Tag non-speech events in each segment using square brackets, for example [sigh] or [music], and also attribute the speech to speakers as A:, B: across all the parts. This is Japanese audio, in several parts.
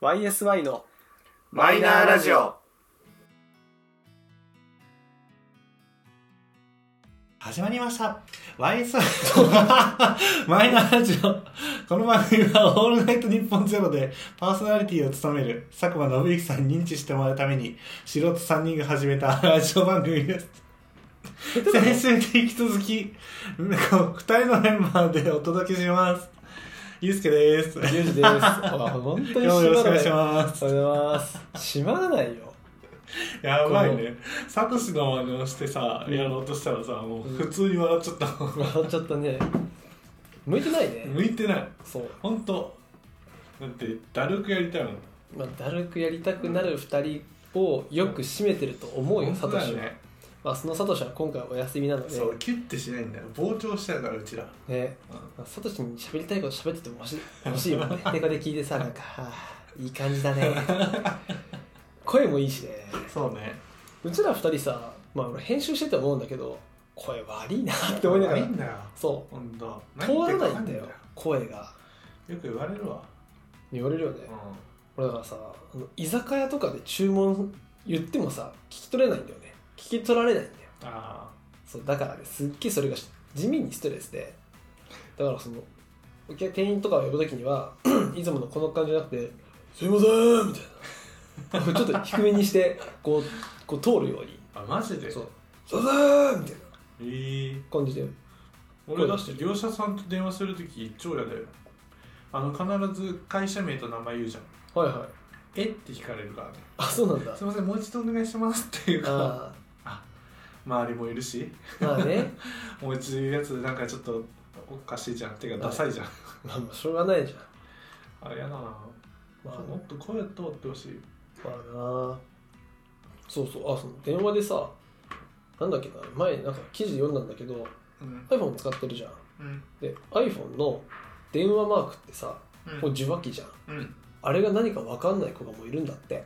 A: YSY の
B: マイナーラジオ
C: 始まりました YSI のマイナーラジオこの番組は「オールナイトニッポンゼロでパーソナリティを務める佐久間信之さんに認知してもらうために素人3人が始めたラジオ番組です先週に引き続き2人のメンバーでお届けしますゆうすけです
A: ゆうじ [laughs] です。ほら、本当に
C: よろしくお願いし
A: ま
C: ます
A: す。おはようございます。閉まらないよ。
C: やばいねサトシの真似をしてさやろうとしたらさもう普通に笑っちゃった
A: 笑っちゃったね。向いてないね。
C: 向いてない
A: そう。
C: 本当だってだるくやりたいもん
A: まあ、だるくやりたくなる二人をよく締めてると思うよ、サ
C: 本
A: ト
C: 当だ
A: シ
C: よ
A: は
C: ね。
A: まあ、そのサトシは今回お休みなので
C: そ、うキュッてしないんだよ膨張しちゃうからうちら
A: ね、まあサトシに喋りたいこと喋ってても欲しい欲しい
C: [laughs]
A: もんね。で、これ聞いてさ、なんか、はあいい感じだね。声もいいしね。
C: そうね
A: うちら二人さ、まあ、俺編集してて思うんだけど、声悪いなって思いなが
C: いい
A: ら、
C: んだよ
A: そう。
C: ほんと
A: 通らないん
C: 何
A: だ
C: 言
A: よ
C: って
A: 声が
C: るか分かんないんだよよく言われるわ
A: 言われるよね俺だからさあの居酒屋とかで注文言ってもさ聞き取れないんだよね聞き取られないんだよ
C: あ
A: そうだからねすっげえそれが地味にストレスでだからそのお客店員とかを呼ぶ時には [clears throat] いつものこの感じじゃなくて「すいません」みたいな [laughs] ちょっと低めにしてこうこう通るように
C: ああマジで
A: そう「すいません」みたいな
C: えー
A: 感じで
C: 俺だって業者さんと電話するとき一丁やだよあの必ず会社名と名前言うじゃん
A: はいはい
C: えって聞かれるからね
A: あそうなんだ
C: すいませんもう一度お願いしますっていうか
A: あ
C: 周りもいるし
A: ーまあね
C: もう一度言うやつなんかちょっとおかしいじゃんてかダサいじゃん
A: まあまあしょうがないじゃん
C: あれやだな、
A: まあね
C: もっと声通ってほしい
A: まあなそうそうあその電話でさなんだっけな前なんか記事読んだんだけど
C: うん、
A: iPhone 使ってるじゃん
C: うん
A: で iPhone の電話マークってさこう受話器じゃん
C: うん、
A: あれが何か分かんない子がもういるんだって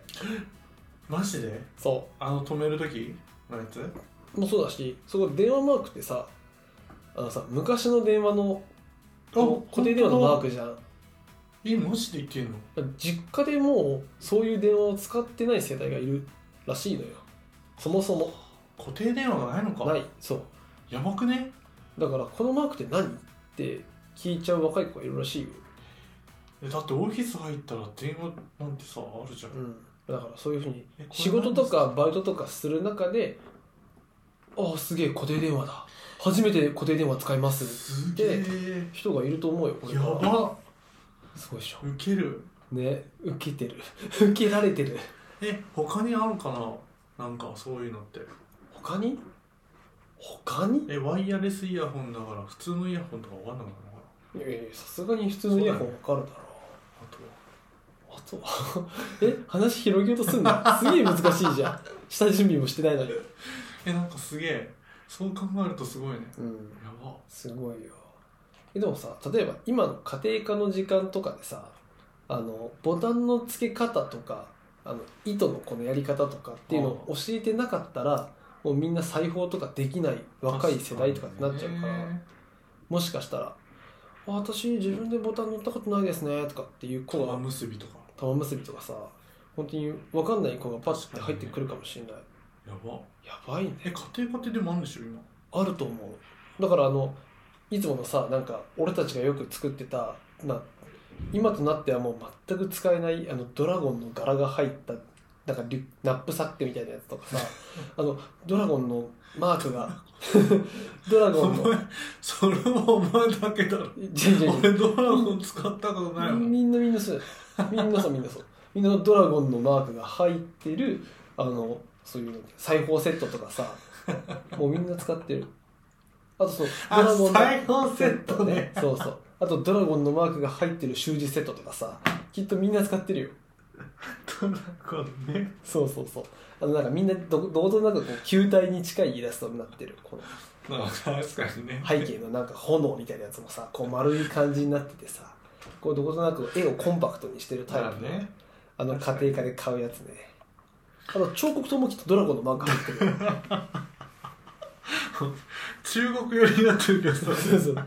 C: マジで
A: そ
C: あの止めるときのやつ
A: うもうそうだしそこ電話マークってさあのさ昔の電話のこう固定電話のマークじゃん
C: えマジで言ってんの
A: 実家でもうそういう電話を使ってない世代がいるらしいのよそもそも
C: 固定電話がないのか
A: ないそう
C: やばくね
A: だからこのマークって何って聞いちゃう若い子がいるらしいよ、
C: えだってオフィス入ったら電話なんてさあるじゃん、
A: うん、だからそういうふうに
C: えこれ
A: 仕事とかバイトとかする中でああすげえ固定電話だ初めて固定電話使います
C: すげえ
A: 人がいると思うよこれ
C: やば
A: すごいでしょ
C: ウケる
A: ね受けてる [laughs] 受けられてる
C: え他にあるかななんかそういうのって
A: 他に他に
C: えワイヤレスイヤホンだから普通のイヤホンとかわかんなかったのかない
A: やいやさすがに普通のイヤホンわかるだろ
C: あと
A: う
C: は
A: あとは [laughs] え話広げようとすんのすげえ難しいじゃん下準備もしてないのに
C: えなんかすげえそう考えるとすごいね
A: うん
C: やば
A: すごいよえでもさ例えば今の家庭科の時間とかでさあのボタンの付け方とかあの糸のこのやり方とかっていうのを教えてなかったらもうみんな裁縫とかできない若い世代とかってなっちゃうから
C: ね
A: もしかしたら「私自分でボタン乗ったことないですね」とかっていう子
C: 玉
A: が
C: 結びとか
A: 玉結びとかさ本当に分かんない子がパッて入ってくるかもしれない
C: やば
A: やばいね
C: え家庭家庭でもあるんでしょ今
A: あると思うだからあのいつものさなんか俺たちがよく作ってたな今となってはもう全く使えないあのドラゴンの柄が入ったなんかリュナップサックみたいなやつと
C: [laughs]
A: かさあのドラゴンのマークが [laughs] ドラゴ
C: お
A: ンの
C: 前それはお前だけだろ
A: じゃじゃじ
C: 俺ドラゴン使ったことない
A: ゃ
C: もん
A: みんなみんなそうみんなそうみんなそうみんなドラゴンのマークが入ってるあのそういうの裁縫セットとかさもうみんな使ってるあとそうドラ
C: あ
A: ゴンの
C: 裁縫セットね
A: そうそうあとドラゴンのマークが入ってる習字セットとかさきっとみんな使ってるよ
C: ドラゴンね
A: そうそうそうあのなんかみんなどどことなくこう球体に近いイラストになってるこの
C: まあ確かにね
A: 背景のなんか炎みたいなやつもさこう丸い感じになっててさこうどことなく絵をコンパクトにしてるタイ
C: まあ
A: プの、
C: ね
A: あの家庭科で買うやつねあと彫刻刀もきっとドラゴンのマーク入ってるよ
C: 中国寄りになってるけどさ
A: そうそう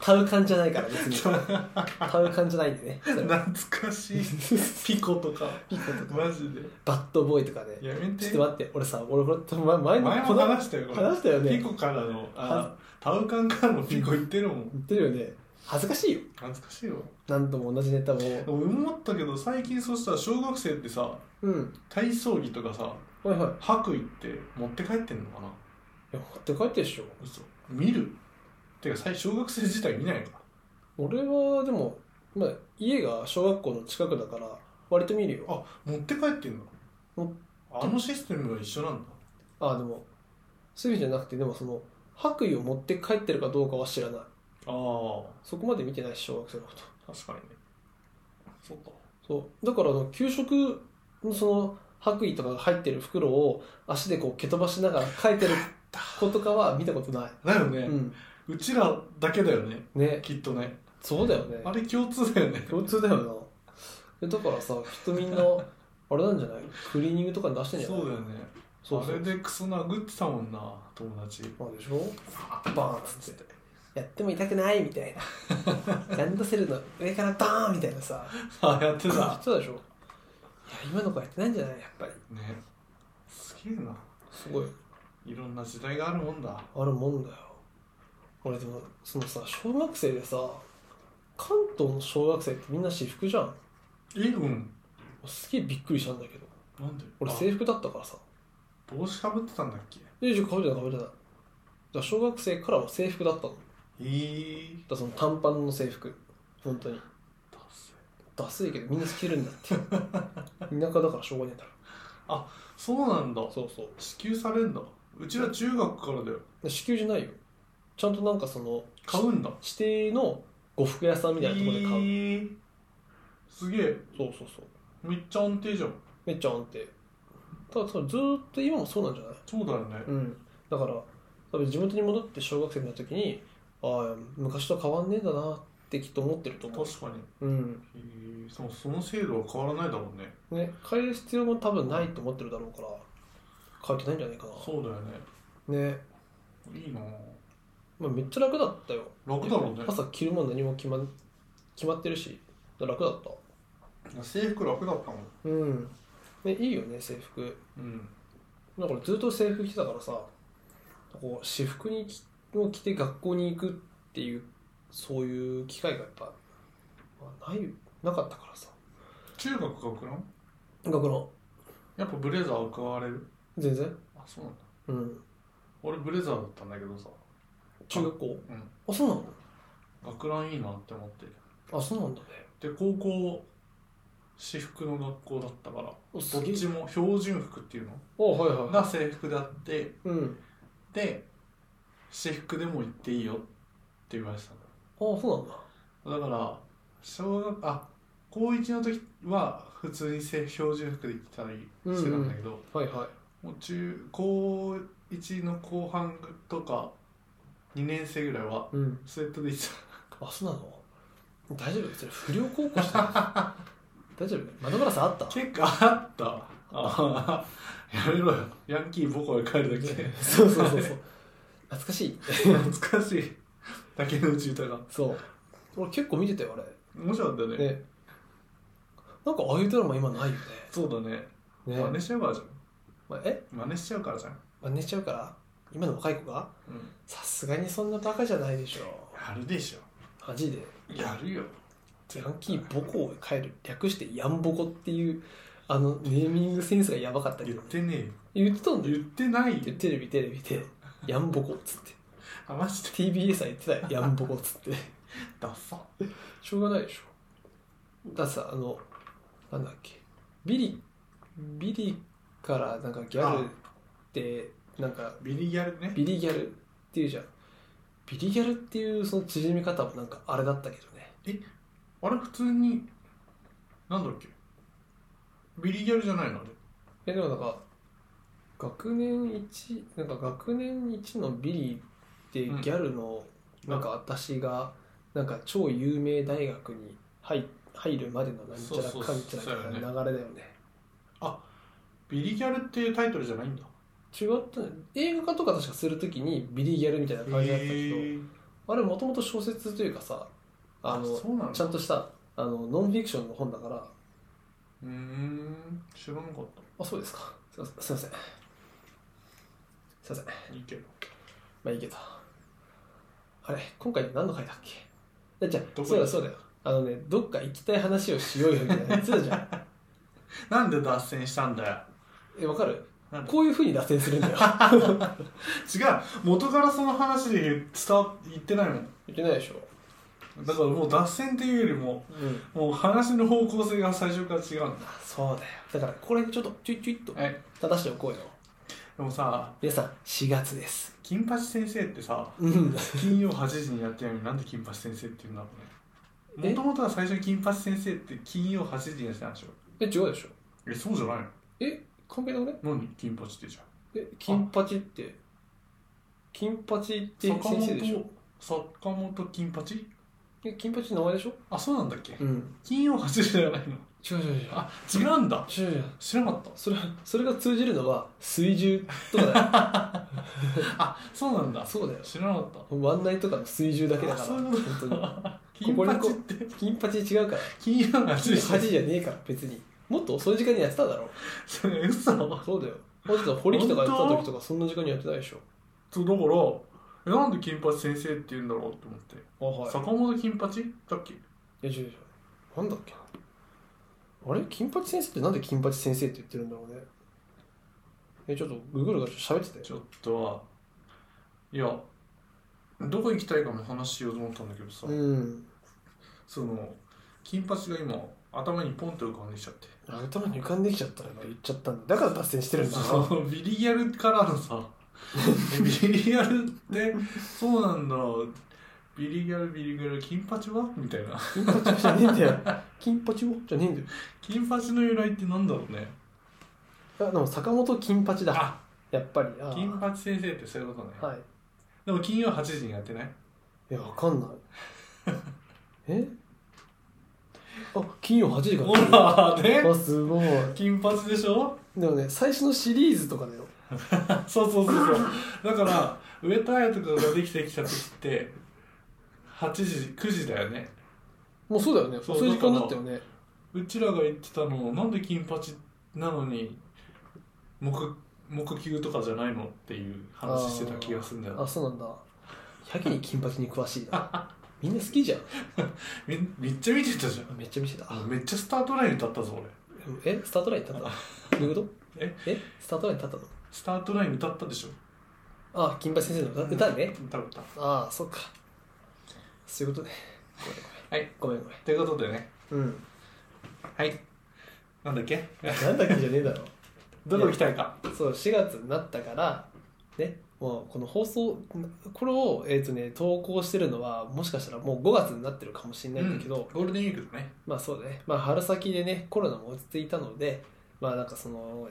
A: 買う感じじゃないから別に買う感じじゃないんでねそれは
C: 懐かしい [laughs] ピコとか
A: ピコとか
C: マジで
A: バッドボーイとかね
C: やめ
A: ちょ
C: て
A: っと待って俺さ俺これ前前
C: 前
A: こ
C: も
A: の
C: 話したよこれ
A: 話したよね
C: ピコからの
A: は
C: あタウカンからのピコ言ってるもん
A: 言ってるよね恥ずかしいよ
C: 懐かしいわ
A: 何度も同じネタを
C: 俺思ったけど最近そしたら小学生ってさ
A: うん
C: 体操着とかさ
A: はいはいい
C: 白衣って持って帰ってんのかな
A: や持って帰ってるでしょ
C: 嘘見るてか最小学生自体見ないのか
A: 俺はでも、まあ、家が小学校の近くだから割と見るよ
C: あ持って帰ってんだ
A: 持っ
C: あのシステムが一緒なんだ
A: ああでもそういう意味じゃなくてでもその白衣を持って帰ってるかどうかは知らない
C: あ
A: そこまで見てないし小学生のこと
C: あ確かにねそうか
A: そうだからあの給食のその白衣とかが入ってる袋を足でこう蹴飛ばしながら帰ってる子とかは見たことない
C: だよ
A: う
C: ね、
A: ん
C: うちらだけだよね
A: ね
C: きっとね
A: そうだよね
C: あれ共通だよね
A: 共通だよなでだからさきっとみんな [laughs] あれなんじゃないクリーニングとかに出してんじゃない
C: そうだよね
A: そうそう
C: あれでクソ殴ってたもんな友達 [laughs]
A: まあでしょバーンっつってやっても痛くないみたい [laughs] なランドセルの上からバーンみたいなさ
C: あやって
A: 言
C: た
A: ってたでしょいや今の子やってないんじゃないやっぱり
C: ねすげえな
A: すごい
C: いろんな時代があるもんだ
A: あるもんだよ俺でもそのさ小学生でさ関東の小学生ってみんな私服じゃん
C: えうん
A: すげえびっくりしたんだけど
C: なんで
A: 俺
C: あ
A: 制服だったからさ
C: 帽子かぶってたんだっけ
A: えじゃあかぶってないかぶってないだから小学生からは制服だったのだか
C: ええ
A: らその短パンの制服本当に
C: ダセ
A: ダセいけどみんな着るんだって [laughs] 田舎だからしょうがねえだ
C: そうなんだ
A: ろそうそう
C: 支給されんだうちら中学からだよ
A: で支給じゃないよちゃんとなんかその
C: 買うんだ
A: 指定の呉服屋さんみたいなところで買う、
C: えーすげえ
A: そうそうそう
C: めっちゃ安定じゃん
A: めっちゃ安定ただそれずーっと今もそうなんじゃない
C: そうだよね
A: うんだから多分地元に戻って小学生になった時にああ昔と変わんねえんだなってきっと思ってると思う
C: 確かに
A: うん
C: えーそのその制度は変わらないだもんね
A: ね変える必要も多分ないと思ってるだろうから変えてないんじゃないか
C: そうだよね
A: なね
C: いいなぁ
A: まあめっちゃ楽だったよ
C: 楽だろうね
A: 朝着るもん何も決ま決まってるし楽だった
C: 制服楽だったもん
A: うん、ね、いいよね制服
C: うん
A: だからずっと制服着てたからさこう私服にきを着て学校に行くっていうそういう機会がやっぱ、まあ、ないなかったからさ
C: 中学学ラン
A: 学ラン
C: やっぱブレザー買われる
A: 全然
C: あそうなんだ
A: うん
C: 俺ブレザーだったんだけどさ
A: 中学校
C: うん
A: あそうなの
C: 学ランいいなって思って
A: あそうなんだね
C: で高校私服の学校だったから
A: お
C: ど
A: す
C: っ
A: げえ
C: ちも標準服っていう
A: あはいは
C: の
A: い
C: が制服であって
A: うん
C: で私服でも行っていいよって言われてたん
A: あそうなんだ
C: だよだから小学あ高1の時は普通に制標準服で行ってたりしてたんだけど、
A: はいはい
C: もう中高1の後半とか2年生ぐらいは
A: うん
C: スウェットで行って [laughs] た
A: あそうなの大丈夫それ不良高 [laughs] 校してる大丈夫窓ガラスあった
C: 結構あったわ [laughs] あーやめろよヤンキー母校へ帰るだけ
A: そうそうそうそう懐かしい
C: 懐かしい竹の内歌が
A: [laughs] そう俺結構見てたよあ
C: 面白かったよ
A: れ
C: ね
A: ねなんかああいうドラマ今ないよ
C: そうだね
A: ね
C: 真似しちゃうからじゃん
A: まあえ
C: 真似しちゃうからじゃん、
A: 真似しちゃうから今の若い子が
C: うん、
A: さすがにそんなバカじゃないでしょ
C: やるでし
A: マジで
C: ょやるよ
A: ヤンキー母校へ帰る略してヤンボコっていうあのネーミングセンスがやばかったけ
C: 言っ
A: ど
C: てねえよ
A: 言ってたんだよ
C: 言ってない
A: で
C: よ
A: テレビテレビでヤンボコっつって
C: あマジで
A: TBS は言ってたよヤンボコっつって
C: ダサ
A: しょうがないでしょだってさあのなんだっけビリビリからなんかギャルってなんか
C: ビリギャルね
A: ビリギャルっていうじゃんビリギャルっていうその縮み方もなんかあれだったけどね
C: あれ普通になんだっけビリギャルじゃないのあ
A: え
C: れ
A: でもなんか学年1なんか学年1のビリってギャルのなんか私がなんか超有名大学に入入るまでのなんちゃら
C: そうそう
A: かんちゃらみたいな流れだよね
C: ビリギャルっていうタイトルじゃないんだ
A: 違ったね映画化とか確かするときにビリギャルみたいな感じだったけど、
C: へー
A: あれもともと小説というかさあの
C: そうなんだ
A: ちゃんとしたあのノンフィクションの本だから
C: うーん知らなかっ
A: あそうですかすいませんすいませんすいません
C: たいいけど
A: まあいいけどあれ今回何の回だっけじゃ
C: ど
A: あ
C: こ
A: そうだそうだよあのねどっか行きたい話をしようよみたいな言ってた [laughs] じゃん
C: なんで脱線したんだよ
A: えわかる
C: なんだ
A: こういうふうに脱線するん [laughs] だよ
C: 違う元からその話で伝わ言ってないもん
A: いけないでしょ、
C: だからもう脱線っていうよりも
A: うん、
C: もう話の方向性が最初から違うんだ
A: そうだよだからこれにちょっとちょいちょいっと
C: え
A: 正しておこうよ
C: でもさ
A: 皆さん4月です
C: 金八先生ってさ
A: うん
C: 金曜8時にやってないのになんで金八先生って言うんだろうね
A: え
C: もともとは最初に金八先生って金曜8時にやってたんでしょ
A: [laughs] え違うでしょ
C: えそうじゃない
A: え関係なくね
C: の何金八ってじゃん
A: え金八って金八って先
C: 坂
A: 生でしょ
C: 本坂本金八
A: え金八って名前でしょ
C: あそうなんだっけ
A: うん
C: 金曜8時じゃないの
A: 違う違う違う
C: あ違うんだ
A: 違う違う
C: 知らなかった
A: それそれが通じるのは水獣とか
C: [laughs]
A: だよ
C: あそうなんだ
A: そうだよ
C: 知らなかった
A: 湾内とかの水獣だけだから
C: あそういう
A: 本
C: こと
A: 当に
C: 金
A: ここに
C: 八
A: こ
C: って
A: 金八違うから
C: 金曜8時
A: 8時じゃねえから別にもっと遅い時間にやってただろ [laughs]
C: それ嘘
A: そうだよもうちょっと堀木とかやってた時とかそんな時間にやってないでしょ
C: そうだからえなんで金八先生って言うんだろうと思って、
A: あはい
C: 坂本金八だっけ
A: いや違う違うなんだっけなあれ金八先生ってなんで金八先生って言ってるんだろうねえちょっとグーグルがちょっと喋ってた
C: ち
A: よ
C: ょっといやどこ行きたいかも話しようと思ったんだけどさ、
A: うん
C: その金八が今頭にポンと浮かんできちゃって
A: 頭に浮かんできちゃったら言っちゃったんだだから脱線してるんだ
C: そ
A: な
C: のビリギャルから
A: [laughs]
C: のさビリギャルってそうなんだビリギャルビリギャル金八はみたいな
A: 金八じゃねえんだよ金八もじゃねえんだよ
C: 金八の由来ってなんだろうね
A: あでも坂本金八だ
C: あ
A: やっぱりあー
C: 金八先生ってそういうこと
A: は
C: ね、
A: い
C: でも金曜8時にやって
A: [laughs]
C: ない
A: えわかんないえあ金曜8時か
C: [laughs] ほらね
A: らあすごい
C: 金髪でしょ
A: でもね最初のシリーズとかだよ
C: そうそうそうそうだから上田綾とかができてきた時って8時9時だよね
A: もうそうだよね
C: そう
A: 遅い時間だったよね
C: うちらが言ってたのなんで金八なのに木木球とかじゃないのっていう話してた気がするんだよ
A: あそうなんだやけに金八に詳しいなみんな好きじゃん
C: めめっちゃ見てたじゃん
A: めっちゃ見せた
C: あめっちゃスタートラインに立ったぞ俺
A: えスタートライン立ったのどういうこと
C: え
A: スタートライン立っ
C: スタートラインに立ったでしょ
A: たのあ金八先生の歌歌ね
C: 歌歌
A: ああそっかそういうことね
C: はい
A: ごめんごめん
C: ということでね
A: うん
C: はいなんだっけ
A: なんだっけじゃねえだろ
C: どこ行きたいか
A: そう4月になったからねもうこの放送これを、えーとね、投稿してるのはもしかしたらもう5月になってるかもしれないんだけど、
C: ゴールデンウィークだね
A: まあそうだね、まあ、春先でねコロナも落ち着いたのでまあなんかその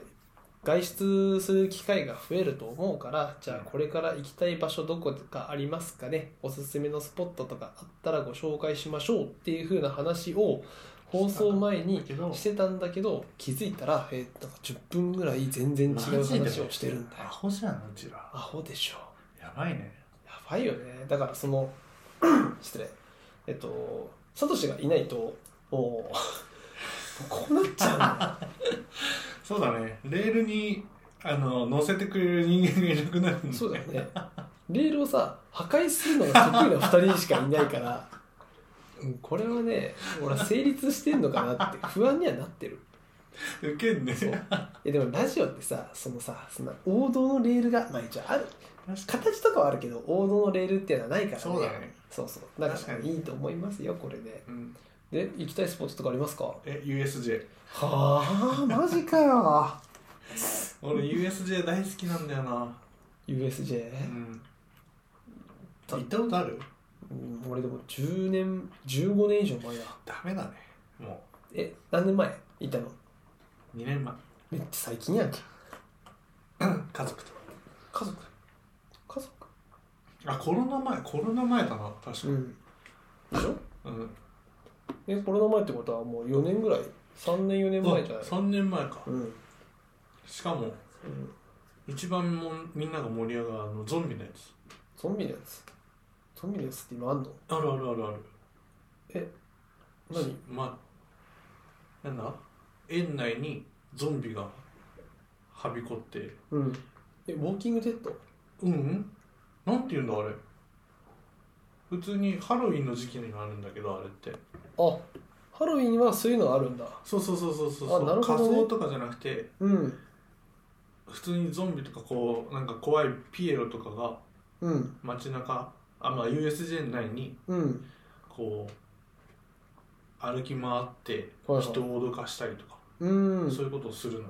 A: 外出する機会が増えると思うからじゃあこれから行きたい場所どこかありますかねおすすめのスポットとかあったらご紹介しましょうっていう風な話を放送前に
C: だけど
A: してたんだけど気づいたら、えーなんか10分ぐらい全然違う話をしてるんだ
C: ア
A: よ
C: ホじゃんうちら
A: アホでしょ
C: やばいね
A: やばいよねだからその [clears throat] 失礼えっとサトシがいないともうこうなっちゃ
C: そうだねレールにあの乗せてくれる人間がいなくなるん
A: う
C: [laughs] だ
A: のそうだよねレールをさ破壊するのが得意な2人しかいないからうんこれはね俺は成立してんのかなって不安にはなってる
C: ウケんね
A: そうえでもラジオってさそのさそんな王道のレールがまあ一応ある形とかはあるけど王道のレールっていうのはないからね
C: そうだね
A: そうそうだか
C: 確からに
A: いいと思いますよこれで
C: うん
A: で行きたいスポットとかありますか
C: え USJ
A: はあマジかよ
C: 俺 USJ 大好きなんだよな
A: USJ
C: うん行ったことある
A: うん俺でも10年15年以上前だ
C: ダメだねも
A: え何年前行ったの
C: う2年前
A: めっちゃ最近やんけ
C: 家族と
A: 家族家族
C: あコロナ前コロナ前だな確か
A: う
C: に
A: んでしょ
C: うん、
A: えコロナ前ってことはもう4年ぐらい3年4年前じゃない
C: 3年前か
A: うん、うん、
C: しかも一番もみんなが盛り上がるあのゾンビのやつ
A: ゾンビのやつトミーのやつって今あんの
C: あるあるあるある
A: え何
C: まあなんだ園内にゾンビがはびこって
A: うんえウォーキングデッド
C: うんうんなんて言うんだあれ普通にハロウィンの時期にあるんだけどあれって
A: あハロウィンはそういうのあるんだ
C: そうそうそうそうそう
A: あなるほどね
C: 仮装とかじゃなくて
A: うん
C: 普通にゾンビとかこうなんか怖いピエロとかが
A: うん
C: 街中あまあ USJ 内に
A: うん
C: こう歩き回って人
A: はい
C: を
A: はい
C: 脅かしたりとか、
A: うん
C: そういうことをするのよ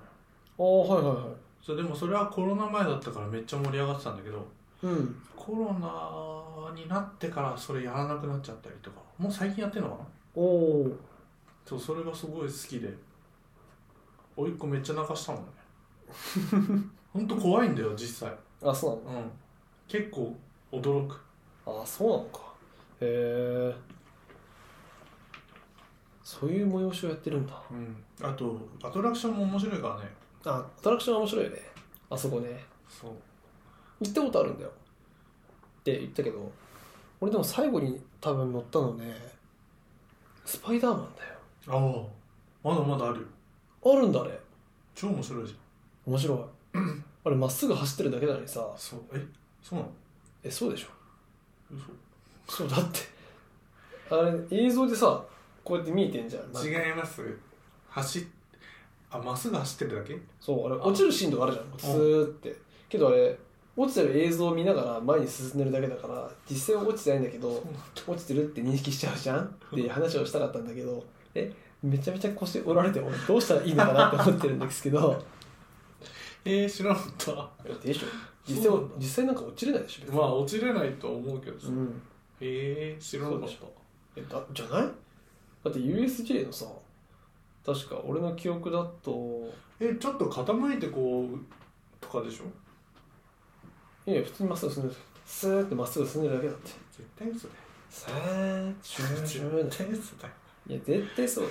A: あはいはいは
C: そうでもそれはコロナ前だったからめっちゃ盛り上がってたんだけど
A: いうん
C: コロナになってからそれやらなくなっちゃったりとかもう最近やってんのかな
A: おお
C: そうそれがすごい好きで甥いっ子めっちゃ泣かしたもんね [laughs] ほんと怖いんだよ実際
A: あそうな
C: うん結構驚く
A: のあそうなのかへえそういう催しをやってるんだ
C: うんあとアトラクションも面白いからね
A: あアトラクションは面白いよねあそこね
C: そう
A: 行ったことあるんだよって言ったけど俺でも最後に多分乗ったのねスパイダーマンだよ
C: ああまだまだあるよ
A: あるんだあれ
C: 超面白いじ
A: 面白い [clears throat] あれまっすぐ走ってるだけなのにさ
C: ゃんそうえそうなの
A: えそうでしょ
C: 嘘
A: そうだってあれ映像でさこうやって見えてんじゃんなんか
C: 違います走っあまっすぐ走ってるだけ
A: そうあれ落ちるシーンとかあるじゃんスーってけどあれ落ちてる映像を見ながら前に進んでるだけだから実際は落ちてないんだけど
C: うなん
A: 落ちてるって認識しちゃうじゃんっていう話をしたかったんだけどえめちゃめちゃ腰折られて俺どうしたらいいのかなって思ってるんですけ [laughs] ど
C: えー、知らなかった
A: でしょ実際
C: そうなんだ
A: 実際なんか落ちれないでしょ別に
C: まあ落ちれないとは思うけどさ、
A: う
C: へ
A: ん
C: え知らなかった
A: えだじゃないだって USJ のさ確か俺の記憶だと
C: えちょっと傾いてこうとかでしょ
A: いやいや普通にまっすぐ進んでるスーってまっすぐ進んでるだけだって
C: 絶対嘘だよ
A: スーッシューシュー
C: 絶対嘘だよ
A: いや絶対そう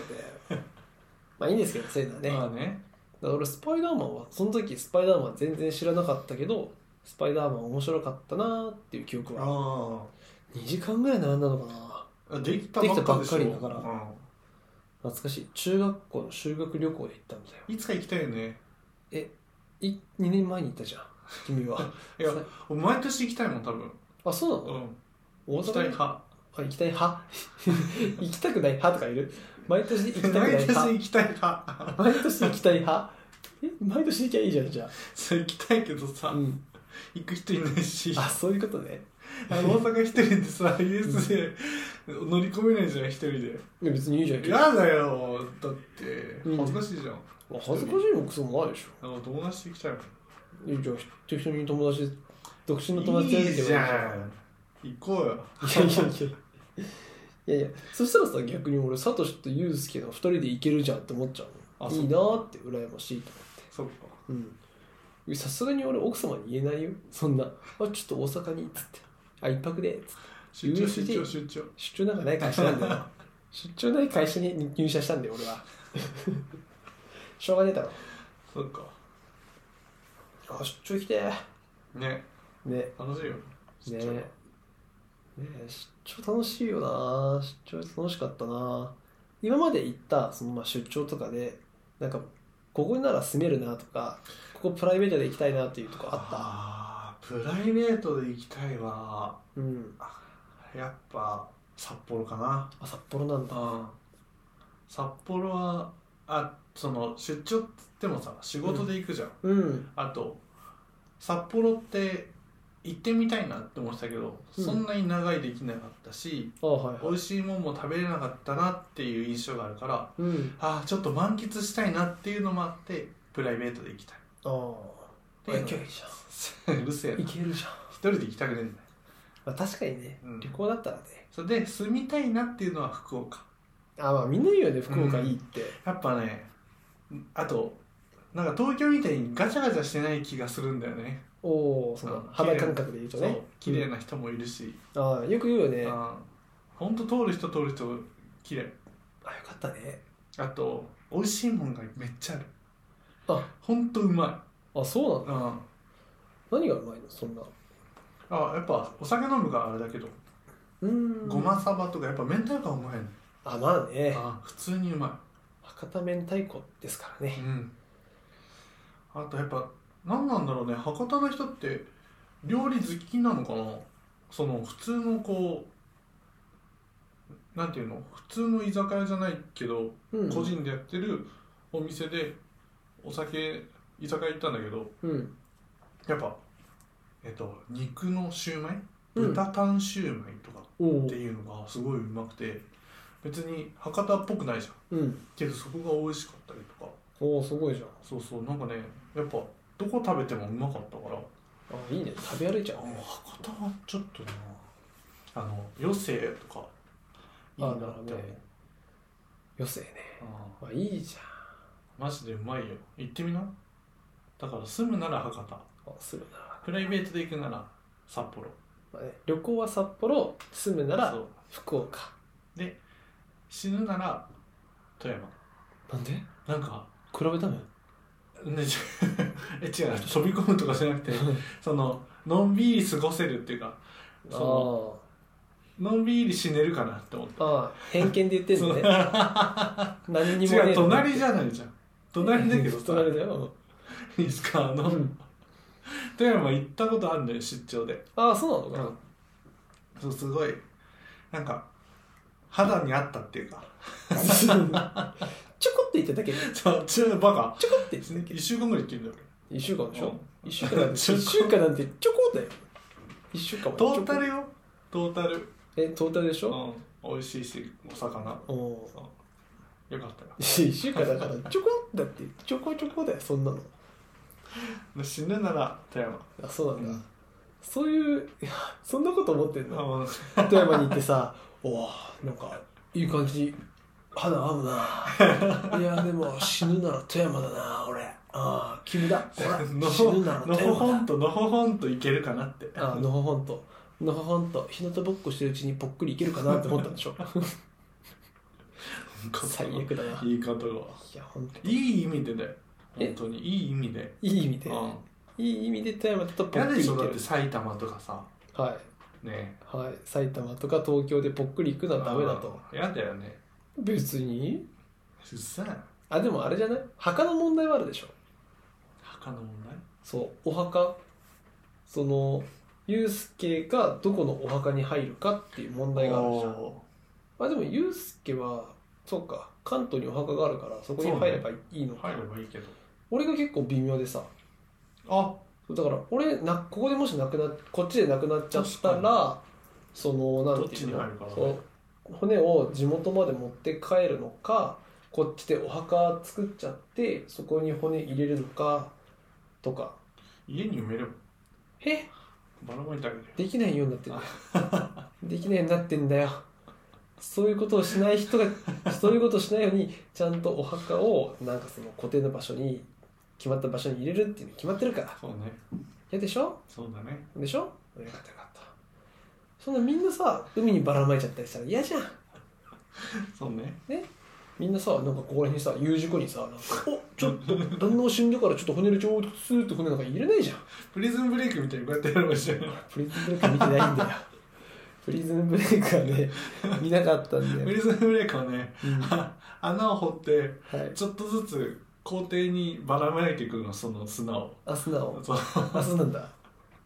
A: だよ [laughs] まあいいんですけどそういうのはね、
C: まあね
A: だから俺スパイダーマンはその時スパイダーマン全然知らなかったけどスパイダーマン面白かったなーっていう記憶は
C: あ
A: 2時間ぐらい並んだのかな
C: あできたばっかでしょ
A: できたばっかりだから
C: う
A: 懐かしい中学校の修学旅行で行ったんだよ
C: んいつか行きたいよね
A: えい2年前に行ったじゃん君 [laughs] は
C: いや
A: さ
C: 毎年行きたいもん多分
A: あそうな
C: う
A: の、
C: ん
A: 大
C: 行きた
A: 阪にあ行きたい
C: い派
A: 派 [laughs] 行きたくない派とかいる [laughs] 毎年行きたくない
C: 毎年
A: 派
C: 行きたい派
A: 毎年行きたい派え毎年行きゃいいじゃんじゃ
C: そう行きたいけど
A: あ、
C: さ
A: うん、
C: 行く人いないし
A: あそういうことね
C: あの大阪一人でさ USJ 乗り込めないじゃん一人で
A: いや別にいいじゃん
C: 嫌だよだって
A: うん
C: 恥ずかしいじゃん、
A: まあ恥ずかしいもクソもないでし
C: なんか友達と行きたいもん
A: ょいやじゃあ適当に友達独身の友達とやる
C: いいじゃん行こうよ
A: いやいやいやいやいやそしたらさ逆に俺サトシとユウスケの2人で行けるじゃんって思っちゃう
C: あ
A: の
C: そう
A: いいなーって羨ましいと
C: そっか
A: 思ってうんさすがに俺奥様に言えないよそんなあちょっと大阪にっつってあ一泊でっつって
C: 出張
A: USJ
C: 出張出張
A: 出張なんかない会社なんだ [laughs] よ出張ない会社に入社したんだよ俺はしょうがねえだろ
C: そっか
A: あ出張行きて
C: ね
A: ーね
C: 楽しいよ
A: ね
C: 出張
A: ねえ出張楽しいよな出張楽しかったな今まで行ったそのまあ出張とかでなんかここなら住めるなとかここプライベートで行きたいなっていうとこあっ
C: あったプライベートで行きたいわ
A: たうん
C: やっぱ札幌かな
A: あ札幌なんだ
C: うん札幌はあその出張っつってもさ仕事で行くじゃん、
A: うん
C: あと札幌って行ってみたいなって思ってたけど、
A: うん
C: そんなに長いできなかったし
A: あはいはい
C: 美味しいもんも食べれなかったなっていう印象があるから
A: うん
C: あーちょっと満喫したいなっていうのもあってプライベートで行きたい
A: ああ
C: で
A: 行けるじゃ
C: [laughs] うるせえなん一
A: 行けるじゃん、
C: 人で行きたくねえんだよ
A: まあ、確かにね、
C: うん
A: 旅行だったらね
C: それで住みたいなっていうのは福岡
A: あまあみんな言うよね福岡いいって、
C: やっぱねあとなんか東京みたいにガチャガチャしてない気がするんだよね
A: おおそ
C: うん
A: の肌感覚で言うと
C: そう
A: ね
C: 綺麗な人もいるし、
A: ああよく言うよねあ
C: あーほんと通る人通る人綺麗
A: あよかったね
C: あと美味しいもんがめっちゃある
A: あ
C: ほんとうま
A: あそうなん
C: い、うん、あ
A: 何がうまいのそんな
C: やっぱお酒飲むからあれだけど
A: うーん
C: ごまさばとかやっぱ明太子はうまいね
A: あまあね
C: あ普通にうま
A: 博多明太子ですから
C: い
A: ね
C: うんあとやっぱ何なんだろうね博多の人って料理好きなのかなその普通のこうなんていうの普通の居酒屋じゃないけど
A: うん
C: 個人でやってるお店でお酒居酒屋行ったんだけど
A: うん
C: やっぱえっと肉のシューマイ
A: うん
C: 豚タンシューマイとか
A: おお
C: っていうのがすごいうまくて別に博多っぽくないじゃん
A: うん
C: けどそこが美味しかったりとか
A: おおすごいじゃん
C: そうそうなんかねやっぱどこ食べてもうまかったから
A: あいいね食べ歩いちゃ
C: あ
A: う
C: もう
A: ね
C: 博多はちょっとなあの余生とかいいなって思う
A: あなるほどね余生ね
C: あ
A: まあいいじ
C: ーマジでうまいよ行ってみなだから住むなら博多
A: ゃんあするな
C: プライベートで行くなら札幌
A: まあね、旅行は札幌住むなら
C: そう
A: 福岡
C: で死ぬなら富山
A: なんで
C: なんか
A: 比べたの
C: ね、 [laughs] ちえ違う飛び込むとかじゃなく
A: [laughs]
C: てそののんびり過ごせるっていうかそ
A: よ
C: ののんびり死ねるかなって思って
A: あーあー偏見で言ってん
C: そ
A: の
C: う
A: ね
C: [laughs]
A: 何にもね
C: 違う隣じ
A: ゃ
C: ゃないじゃん隣だけどさ
A: 隣だよ
C: いいですかあ
A: う
C: の、
A: ん
C: 富山行ったことあるのよ出張で
A: ああそうなのか
C: そうすごいなんか肌に合ったっていうか
A: [laughs] ちょこっと言っただけちょ
C: そうちょバカ
A: こっと言っただけ
C: 1週間ぐらい行ってるんだよ
A: 1週間でし
C: う
A: ょ
C: ん
A: 1週間
C: [laughs]
A: なんて
C: ち
A: 一週間なんてち
C: ょこ
A: ょこだよ1週間も
C: トータ
A: ち
C: ル
A: ょこ
C: よトータル、
A: えトータルでしょ
C: うん、美味しいしお魚
A: おお
C: よかったよ
A: 1週間だからちょこだってちょこちょこだよそんなの
C: で死ぬなら富山
A: あそうなんだ、
C: うん
A: そういういやそんなこと思ってんの
C: あもう
A: 富山に行ってさ [laughs] 「おおなんかいい感じに肌合う
C: [laughs]
A: な」いやでも死ぬなら富山だな俺ああ君だ
C: [laughs] の
A: 俺死
C: ほ
A: ぬなら
C: の
A: 富
C: ほほ
A: 山
C: んとのほほんといけるかなって
A: だあのほほんとのほほんと日向ぼっこしてるうちにぽっくりいけるかなって思ったんで
C: [laughs]
A: しょ最悪だない
C: 言い方が
A: や本当
C: いい意味でね
A: え
C: 本当にいい意味で、
A: いい意味
C: う
A: で
C: ん、
A: いい意味で富山だとぽっ
C: 嫌
A: く
C: で
A: りい
C: しょ
A: け
C: だっ
A: る
C: て埼玉とかさ
A: はい
C: ね
A: はい、埼玉とか東京でぽっくり行くのはダメだと
C: あー嫌だよね
A: 別に
C: うっさい
A: あでもあれじゃない墓の問題はあるでしょ
C: 墓の問題
A: そうお墓そのユースケがどこのお墓に入るかっていう問題があるじゃん
C: お
A: まあでもユースケはそうか関東にお墓があるからそこに入ればいいの
C: ー
A: か、
C: 入ればいいけど
A: 俺が結構微妙でさ
C: あ
A: そうだから俺なここでもしなくなっこっちでなくなっちゃった
C: 確
A: らそのなんていう
C: どっちに
A: の
C: 入るかな
A: そう骨を地元まで持って帰るのかこっちでお墓作っちゃってそこに骨入れるのかとか
C: 家に埋めれば
A: え
C: ばらまいてあげるよ
A: できないようになってるできないようになってんだよそういうことをしない人がそういうことをしないようにちゃんとお墓をなんかその固定の場所に決まった場所に入れるっていうの決まってるから
C: そうね
A: 嫌でしょ
C: そうだね
A: でしょよかったよかったそんなみんなさ海にばらまいちゃったりしたら嫌じゃん
C: そうね
A: みんなさなんかここら辺さ U 字工にさなんか「おちょっと旦那が死んだからちょっと骨入れちゃおう」スーッと骨なんか入れないじゃん
C: プリズンブレイクみたいにこうやってやればいいじゃん
A: プリズンブレイク見てないんだよプリズンブレイクはね見なかったんだ
C: [laughs]
A: [laughs] よ、
C: プリズンブレイクはね
A: うんは
C: 穴を掘って
A: い
C: ちょっとずつ校庭にばらまいていくのその砂を
A: あ素直
C: そう
A: あそうなんだ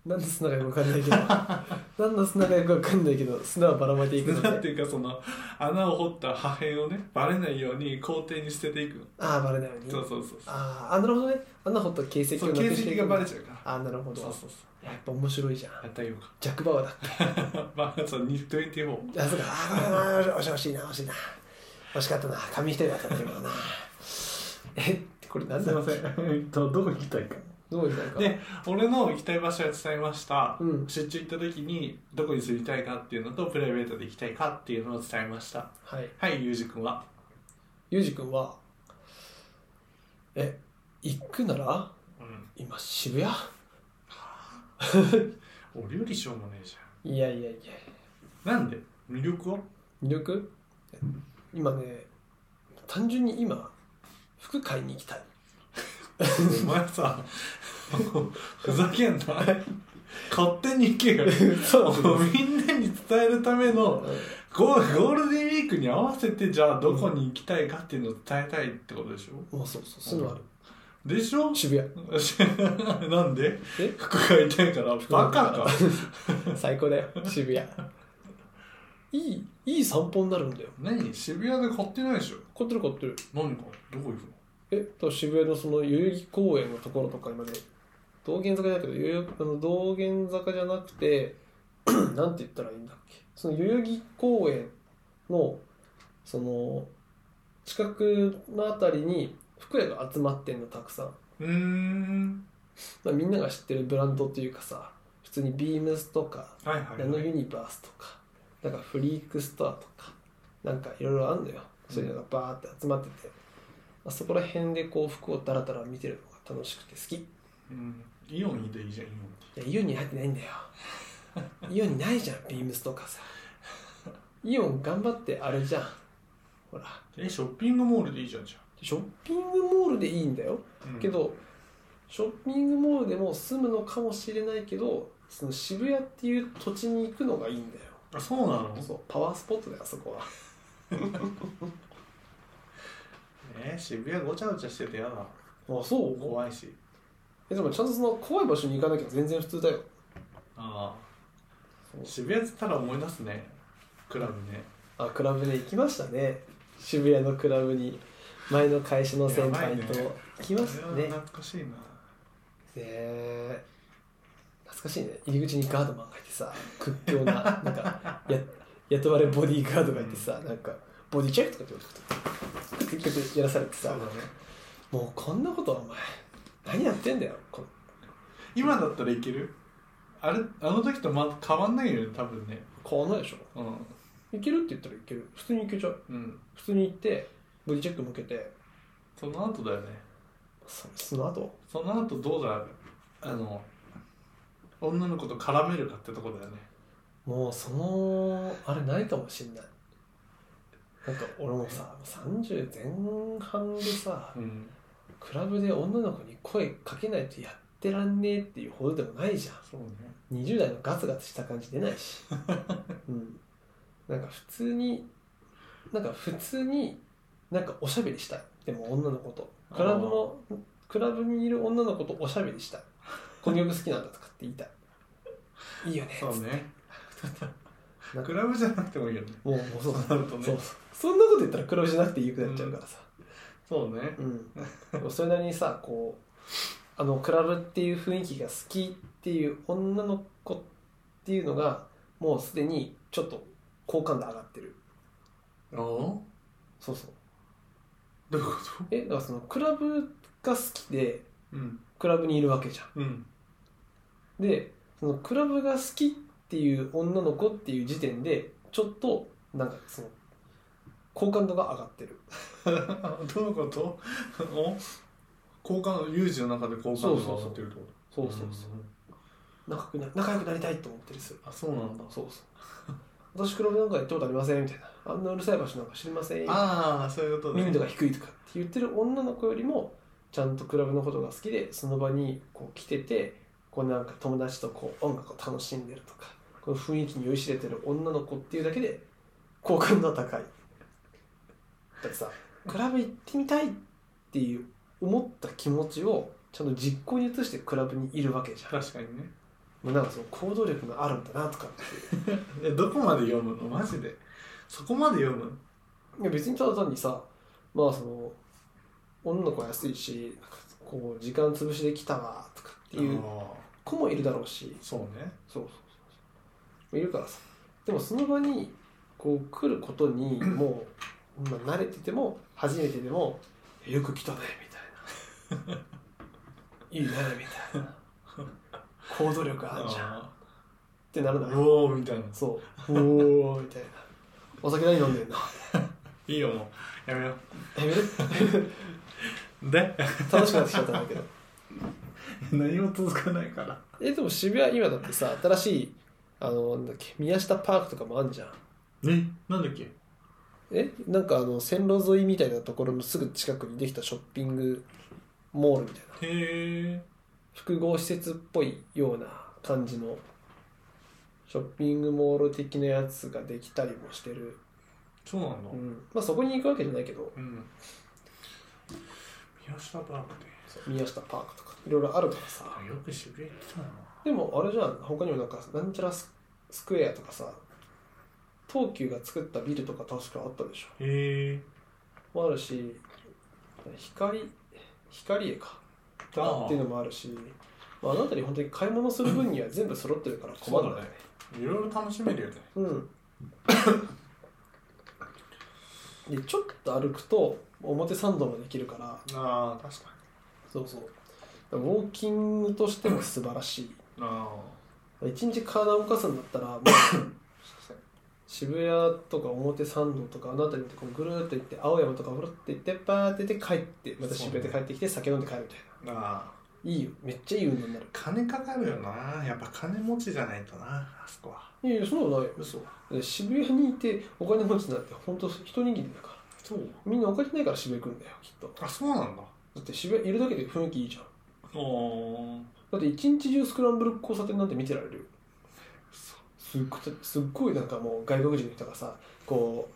A: なんで素直かよくわかんない
C: [laughs]
A: けどなんで素直かよくわかんないけど素直ばらまいていくの
C: 砂っ
A: ね
C: ていうかその穴を掘った破片をねバレないように校庭に捨てていくの
A: ああバレないように
C: そうそうそうそう
A: あーあなるほどね穴掘った形跡
C: そ
A: を
C: う
A: な
C: 形
A: くしてい
C: 跡
A: く
C: がバレちゃうから
A: ああなるほど
C: そうそうそう
A: やっぱ面白いじゃん
C: やったらよか
A: ジャック・バウアーだっ
C: まあ、その24。
A: けあそうかあーあーあー惜しい惜しいな惜しいな惜しかったな紙一重だったんだけどなえこれなん
C: す
A: だ
C: いません。えっと、どこ行きたいか。
A: どういうなんか
C: で、俺の行きたい場所は伝えました。
A: うん
C: 出張行った時に、どこに住みたいかっていうのと、プライベートで行きたいかっていうのを伝えました。
A: はい
C: はい、ゆうじくんは。
A: ゆうじくんはえ行くなら
C: うん。
A: 今渋谷
C: 俺よりしょうもねえじ
A: いやいやいや
C: ゃん。なんで魅力 [laughs] は
A: 魅力今ね単純に今服買いに行きたい
C: お前さ、ふざけんな。勝手に行けよ
A: [laughs] そう
C: もうみんなに伝えるためのゴーゴールデンウィークに合わせてじゃあどこに行きたいかっていうのを伝えたいってことでしょ
A: まあそうそうそういうのある
C: でしょ
A: 渋谷
C: [laughs] なんで
A: え
C: 服買いたいからバカか
A: [laughs] 最高だよ渋谷いいいい散歩になるんだよ
C: 何渋谷で買ってないでしょ
A: 凝ってる凝ってる
C: 何かどこ行くの
A: えっと渋谷のその代々木公園のところとか今ね道玄坂じゃないけど代々木あの道玄坂じゃなくて [clears throat] なんて言ったらいいんだっけその代々木公園のその近くのあたりに服屋が集まってんのたくさん、
C: うーん
A: まあ、みんなが知ってるブランドというかさ普通にビームスとか
C: はいはい
A: ナ
C: はい、
A: ノユニバースとかなんかフリークストアとかなんかいろいろあんのよそういうのがバーって集まってて、あそこら辺でこう服をダラダラ見てるのが楽しくて好きい
C: うん、イオンでいいじゃんイオン
A: やイオンに入ってない [laughs] んだよイオンにないじゃんビームスとかさイオン頑張ってあれじゃんほら
C: えショッピングモールでいいじゃんじ
A: ショッピングモールでいいんだよ
C: ゃん、うん
A: けどショッピングモールでも住むのかもしれないけどその渋谷っていう土地に行くのがいいんだよ
C: あそうなの
A: そうパワースポットだよあそこは
C: えー渋谷ごちゃごちゃしててやだ
A: あそう
C: 怖いし
A: えでもちゃんとその怖い場所に行かなきゃ全然普通だよ
C: あ
A: そう
C: あ渋谷っつったら思い出すねクラブね
A: あクラブで行きましたね渋谷のクラブに前の会社の先輩と
C: やばいね
A: 行きました
C: あ
A: ね
C: れは
A: ね
C: 懐かしいな
A: え懐かしいね入り口にガードマンがいてさ屈強ななんかや雇われボディーガードがいてさなんかボディチェックとかって言われて結局やらされて
C: そう
A: さ
C: だね
A: もうこんなことお前何やってんだよこの
C: 今だったらいけるあれあの時とま変わんないよね多分ね
A: 買わないでしょ
C: うん
A: 行けるって言ったら行ける普通に行けちゃう
C: うん
A: 普通に行ってボディチェック向けて
C: その後だよね
A: そその後
C: その後どうだあの女の子と絡めるかってとこだよね
A: もうそのあれないかもしんないなんか俺もさ30前半でさ
C: うん
A: クラブで女の子に声かけないとやってらんねえっていうほどでもないじゃ
C: そうね
A: ん20代のガツガツした感じ出ない
C: [laughs]
A: しうんなんか普通になんか普通になんかおしゃべりしたいでも女の子とクラブのクラブにいる女の子とおしゃべりしたいこの曲好きなんだとかって言いたいいいよねっつ
C: そ
A: って [laughs]
C: うね
A: なんか
C: クラブじゃなくてもいいよね
A: もうもうそう
C: そうなると
A: そう
C: ね
A: そんなこと言ったら黒字じゃなくていいくなっちゃうからさ、
C: そうね
A: うん、でもそれなりにさこうあのクラブっていう雰囲気が好きっていう女の子っていうのがもうすでにちょっと好感度上がってる
C: お
A: そうそう
C: どういうこ
A: えだからそのクラブが好きで
C: とうん
A: クラブにいるわけじゃ
C: うん
A: んでそのクラブが好きっていう女の子っていう時点でちょっとなんかその好感度が上がってる
C: [laughs] どういうことお交換有事の中で交換
A: そう
C: を
A: そうそう
C: 上がってるってこ
A: そ
C: と
A: うそうそう、仲良くな仲良くなりたいと思ってるす
C: あそうなんだ
A: そうそう。私、クラブなんか行ったことありませんみたいな。あんなうるさい場所なんか知りません。
C: ああそういうことね
A: 民度が低いとかって言ってる女の子よりも、ちゃんとクラブのことが好きで、その場にこう来てて、こうなんか友達とこう音楽を楽しんでるとか、この雰囲気に酔いしれてる女の子っていうだけで、好感度は高い。だってさ、クラブ行ってみたいっていう思った気持ちを、ちゃんと実行に移してクラブにいるわけじゃん。
C: 確かにね
A: もうなんかその行動力があるんだなとかっていう。
C: えどこまで読むのマジでそこまで読むの
A: いや別にただ単にさまあその女の子は安いしなんかこう時間潰しで来たわとかっていう
C: あ
A: 子もいるだろうし
C: ーそうね
A: そうそうそうそういるからさでもその場にこう来ることにもう、まあ、慣れてても初めてでも「よく来たね」みたいな「いいね」みたいな行動力あるじゃんっ
C: あ
A: てなる
C: ー
A: のよ
C: おおみたいな
A: そう「おお」みたいな「お酒何飲んでんの?
C: いいよもうやめよ」
A: やめる
C: うで [laughs]
A: 楽しくなってきちゃったんだけど
C: 何も続かないから
A: えでも渋谷今だってさ新しいあのなんだっけ宮下パークとかもあんじゃん
C: えなんだっけ
A: えなんかあの線路沿いみたいなところのすぐ近くにできたショッピングモールみたいな
C: へえ
A: 複合施設っぽいような感じのショッピングモール的なやつができたりもしてる、
C: そうなんだ
A: うんまあ、そこに行くわけじゃないけど
C: うん宮下パークで
A: 宮下パークとかいろいろあるからさ
C: よく渋谷行ってたな
A: でもあれじゃん他にもなんかなんちゃらススクエアとかさ東急が作ったビルとか確かあったでし
C: へえ
A: ょもあるし光光絵かとかっていうのもあるしまあ、あの辺り本当に買い物する分には全部揃ってるから困るね
C: いろいろ楽しめるよね
A: うん。で、ちょっと歩くと表参道まで行けるから、
C: ああ確かに
A: そうそう。ウォーキングとしても素晴らしい。
C: あ
A: 一日体を動かすんだった [laughs] ら、もう渋谷とか表参道とかあの辺りでこうぐるーっと行って青山とかふるって行ってバーって行って帰ってまた渋谷で帰ってきて酒飲んで帰るみたい
C: あああ
A: ないいよめっちゃいい運動になる
C: 金かかるよなやっぱ金持ちじゃないとなあそこはい
A: やいやそんなことないよ
C: 嘘
A: で渋谷にいてお金持ちなんて本当一握りだから
C: そう
A: みんなお金ないから渋谷行くんだよきっと
C: あそうなんだ
A: だって渋谷いるだけで雰囲気いいじゃん
C: おお
A: だって一日中スクランブル交差点なんて見てられるよすっごすっごいなんかもう外国人の人がさこ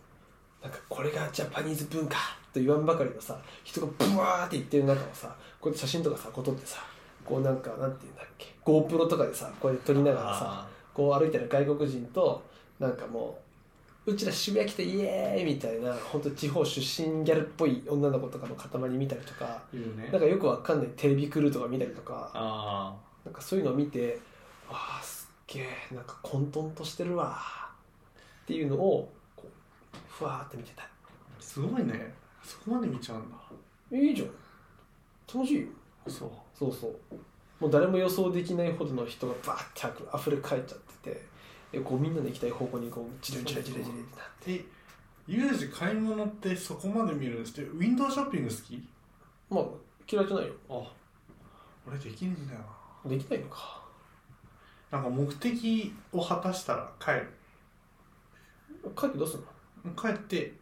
A: うなんかこれがジャパニーズ文化と言わんばかりのさ人がブワーって言ってる中をさこうやって写真とかさこう撮ってさこうなんかなんて言うんだっけ GoPro とかでさこうやって撮りながらさこう歩いてる外国人となんかもううちら渋谷来てイエーイみたいな本当地方出身ギャルっぽい女の子とかの塊見たりとか
C: いるね
A: なんかよくわかんないテレビクルーとか見たりとか、
C: あ
A: なんかそういうのを見て、わあ、すっげえ、なんか混沌としてるわっていうのを、こう、ふわーって見てた。
C: あすごいねそこまで見ちゃうんだ
A: いいじゃん。楽しいよ。
C: そう
A: そうそう。もう誰も予想できないほどの人がバーって溢れ返っちゃってて、でこうみんなで行きたい方向にこう、じらじらじらじらってな。
C: えユージ買い物ってそこまで見るんですってウィンドウショッピング好き
A: まあ、嫌いじゃないよ。
C: あ俺できねえんだよ
A: できないのか。
C: ななんか目的を果たしたら帰る
A: 帰ってどうすんの
C: 帰って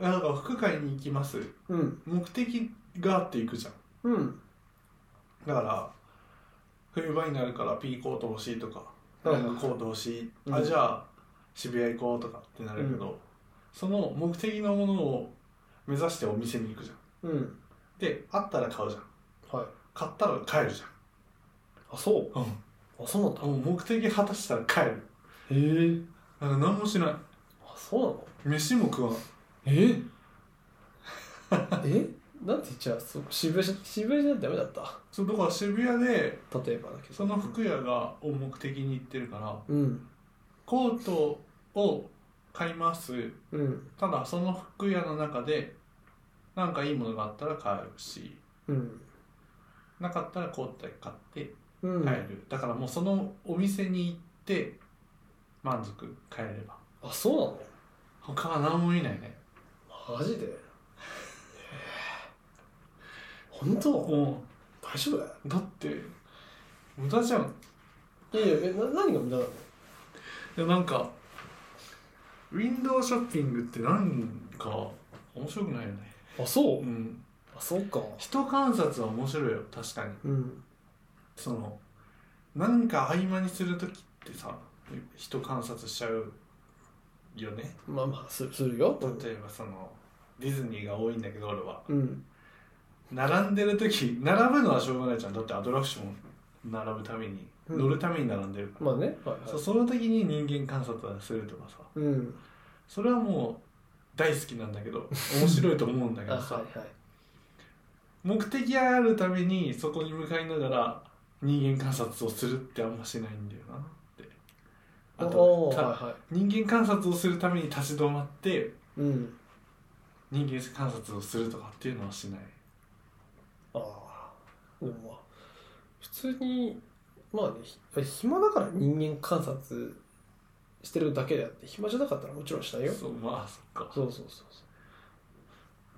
C: あなんか服買いに行きます
A: うん。
C: 目的があって行くじゃん
A: うん。
C: だから冬場になるからピーコート欲しいとか
A: はい
C: なんかコート欲しい、
A: うん
C: あじゃあ渋谷行こうとかってなるけど、その目的のものを目指してお店に行くじゃん
A: うん。
C: であったら買うじゃん
A: はい。
C: 買ったら帰るじ
A: あ、そう。
C: ゃん、
A: あ、そうなんだ。
C: もう目的果たしたら帰る
A: へえ。
C: なんか何もしない
A: あ、そうなの
C: 飯も食わない
A: ええなんて言っちゃうそう渋谷渋谷じゃダメだった
C: そうだから渋谷で
A: 例えばだけど
C: その服屋がを目的に行ってるから
A: うん
C: コートを買います
A: うん
C: ただその服屋の中でなんかいいものがあったら買うし
A: うん
C: なかったらコートだけ買って
A: うん、
C: 帰る、だからもうそのお店に行って満足帰れば
A: あそう
C: 他は何も見ないね
A: なのマジでへえ本当
C: も
A: 大丈夫
C: うだって無駄じゃん
A: いやいやえな何が無駄なの
C: いやなんかウィンドウショッピングってなんか面白くないよね
A: あそううんあそうか
C: 人観察は面白いよ確かに
A: うん
C: その何か合間にする時ってさ人観察しちゃうよね
A: まあまあすするよ
C: 例えばそのディズニーが多いんだけど俺は
A: うん
C: 並んでる時並ぶのはしょうがないじゃんだってアトラクション並ぶために
A: うん
C: 乗るために並んでるから、
A: まあねはいはい
C: そうその時に人間観察するとかさ
A: うん
C: それはもう大好きなんだけど面白いと思うんだ
A: [laughs]
C: け
A: あ
C: どさ
A: はいはい
C: 目的があるためにそこに向かいながら人間観察をするってあんましないんだよなってあ
A: お
C: と
A: ー
C: た
A: はいは
C: 人間観察をするために立ち止まって
A: いうん
C: 人間観察をするとかっていうのはしない
A: ああでもまあ普通にまあねひ暇だから人間観察してるだけであって暇じゃなかったらもちろんしたいよ
C: そうまあそっか
A: そうそうそう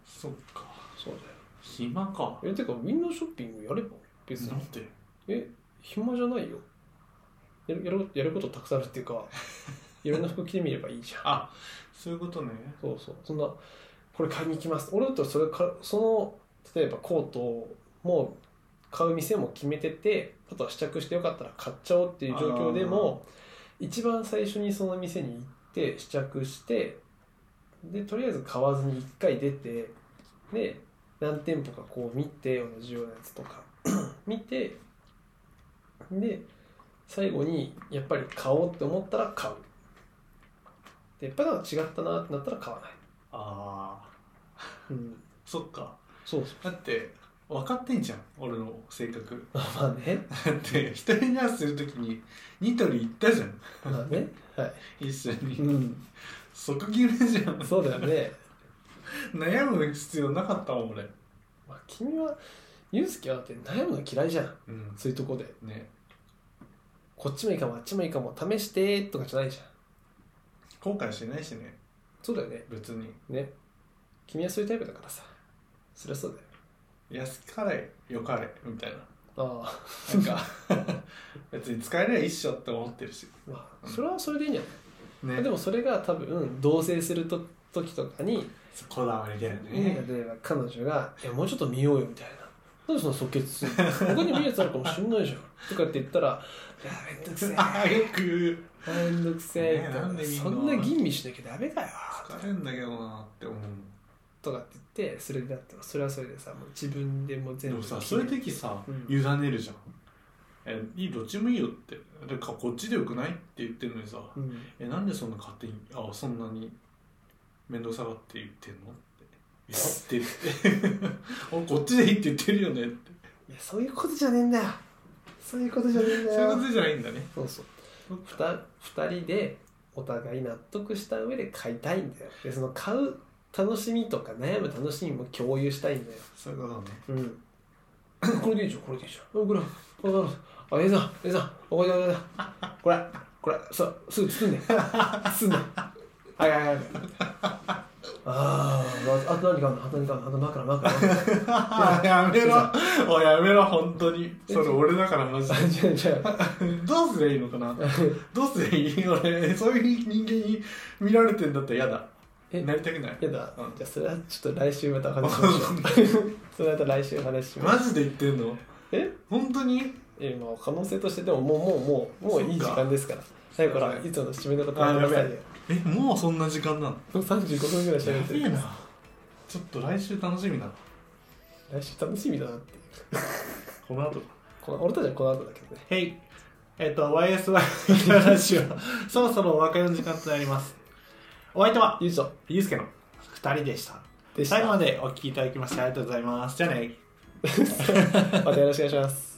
A: そ
C: そっか
A: うそうだよ
C: 暇か
A: えてかウィンドウショッピングやれば別に
C: なんで
A: え暇じゃないよやるやるやることたくさんあるっていう [laughs] かいろんな服着てみればいいじゃん
C: あそういうことね
A: そうそうそんなこれ買いに行きます俺だったらそれかその例えばコートも買う店も決めててあとは試着してよかったら買っちゃおうっていう状況でも一番最初にその店に行って試着してでとりあえず買わずに1回出てで何店舗かこう見て同じようなやつとか [clears throat] 見てで最後にやっぱり買おうって思ったら買うでやっぱなんか違ったなってなったら買わない、
C: ああ
A: うん、
C: そっか
A: そうそう
C: だって分かってんじゃん俺の性格
A: まあね
C: だって一人に合わせするときにニトリ行ったじゃん
A: まあねはい
C: 一緒
A: う
C: に
A: ん
C: 即決めじゃん
A: そうだよね
C: 悩む必要なかったもん俺
A: まあ、君はユうスケはだって悩むの嫌いじゃん
C: うん
A: そういうとこで
C: ね
A: こっちもいいかもあっちもいいかも試してとかじゃないじゃん
C: 後悔しないしね
A: そうだよね
C: 別に
A: ね君はそういうタイプだからさそりゃそうだよ
C: 安かれよかれみたいな
A: ああ
C: なんか [laughs] 別に使えりゃ一緒って思ってるし
A: まあそれはそれでいいんじゃない、
C: ね
A: でもそれが多分同棲すると時とかに、
C: こだわりだよね
A: 例えば彼女が「いやもうちょっと見ようよ」みたいな「なんでそんな即決するの他に見るやつあるかもしんないじゃん」とかって言ったら「いやめんどくせえ
C: ああよく
A: めんどくせえ」みたい
C: ねえ
A: な
C: なんで見んの
A: そんな吟味しなきゃダメだよ」
C: 疲れんだけどなって思う
A: とかって言ってそれだったらそれはそれでさもう自分でもう
C: で
A: 全部
C: もさそういう時さ、
A: うん
C: 委ねるじゃんえいいどっちもいいよってでかこっちでよくないって言ってるのにさ、
A: うん
C: えなんでそんな勝手にあそんなに面倒くさがって言ってんのって言ってる [laughs] っておこっちでいいって言ってるよねって
A: いやそういうことじゃねえんだよそういうことじゃねえん
C: そう
A: だ
C: いう
A: よ
C: ことじゃないんだね
A: そうそうふた二人でお互い納得した上で買いたいんだよでその買う楽しみとか悩む楽しみも共有したいんだよ
C: そういうことね
A: うんこれでいいじゃんこれでいいじゃんあこれああええさええさこれこれこれこれそうすぐ包んで包んではいはいはいあーあと何かあんのあと何かあんのあと枕枕
C: あや [laughs] めろおいやめろ本当にそれ俺だからマ
A: [laughs]
C: ジで
A: 違う違う
C: どうすりゃいいの [laughs] かなどうすりゃいい俺そういう人間に見られてんだったら嫌だ
A: え
C: なりたくない
A: やだ、
C: うん
A: じゃあそれはちょっと来週またお話ししましょう [laughs] それはまた来週お話ししましょう
C: マジで言ってんの
A: え
C: 本当に
A: えもう可能性としてでももうもうもうもういい時間ですからだからいつもの締めのこと
C: あ
A: や
C: や
A: ってく
C: べ
A: ださい
C: ええもうそんな時間なの
A: もう35分ぐらい喋ってる
C: なちょっと来週楽しみだ
A: 来週楽しみだなって
C: この後
A: この俺たちはこの後だけどね
C: へいえっ、と YSY ラジオそろそろお別れの時間となりますお相手は
A: 以上
C: ゆうすけの2人でした
A: でした
C: 最後までお聞きいただきましてありがとうございますじゃあね
A: またよろしくお願いします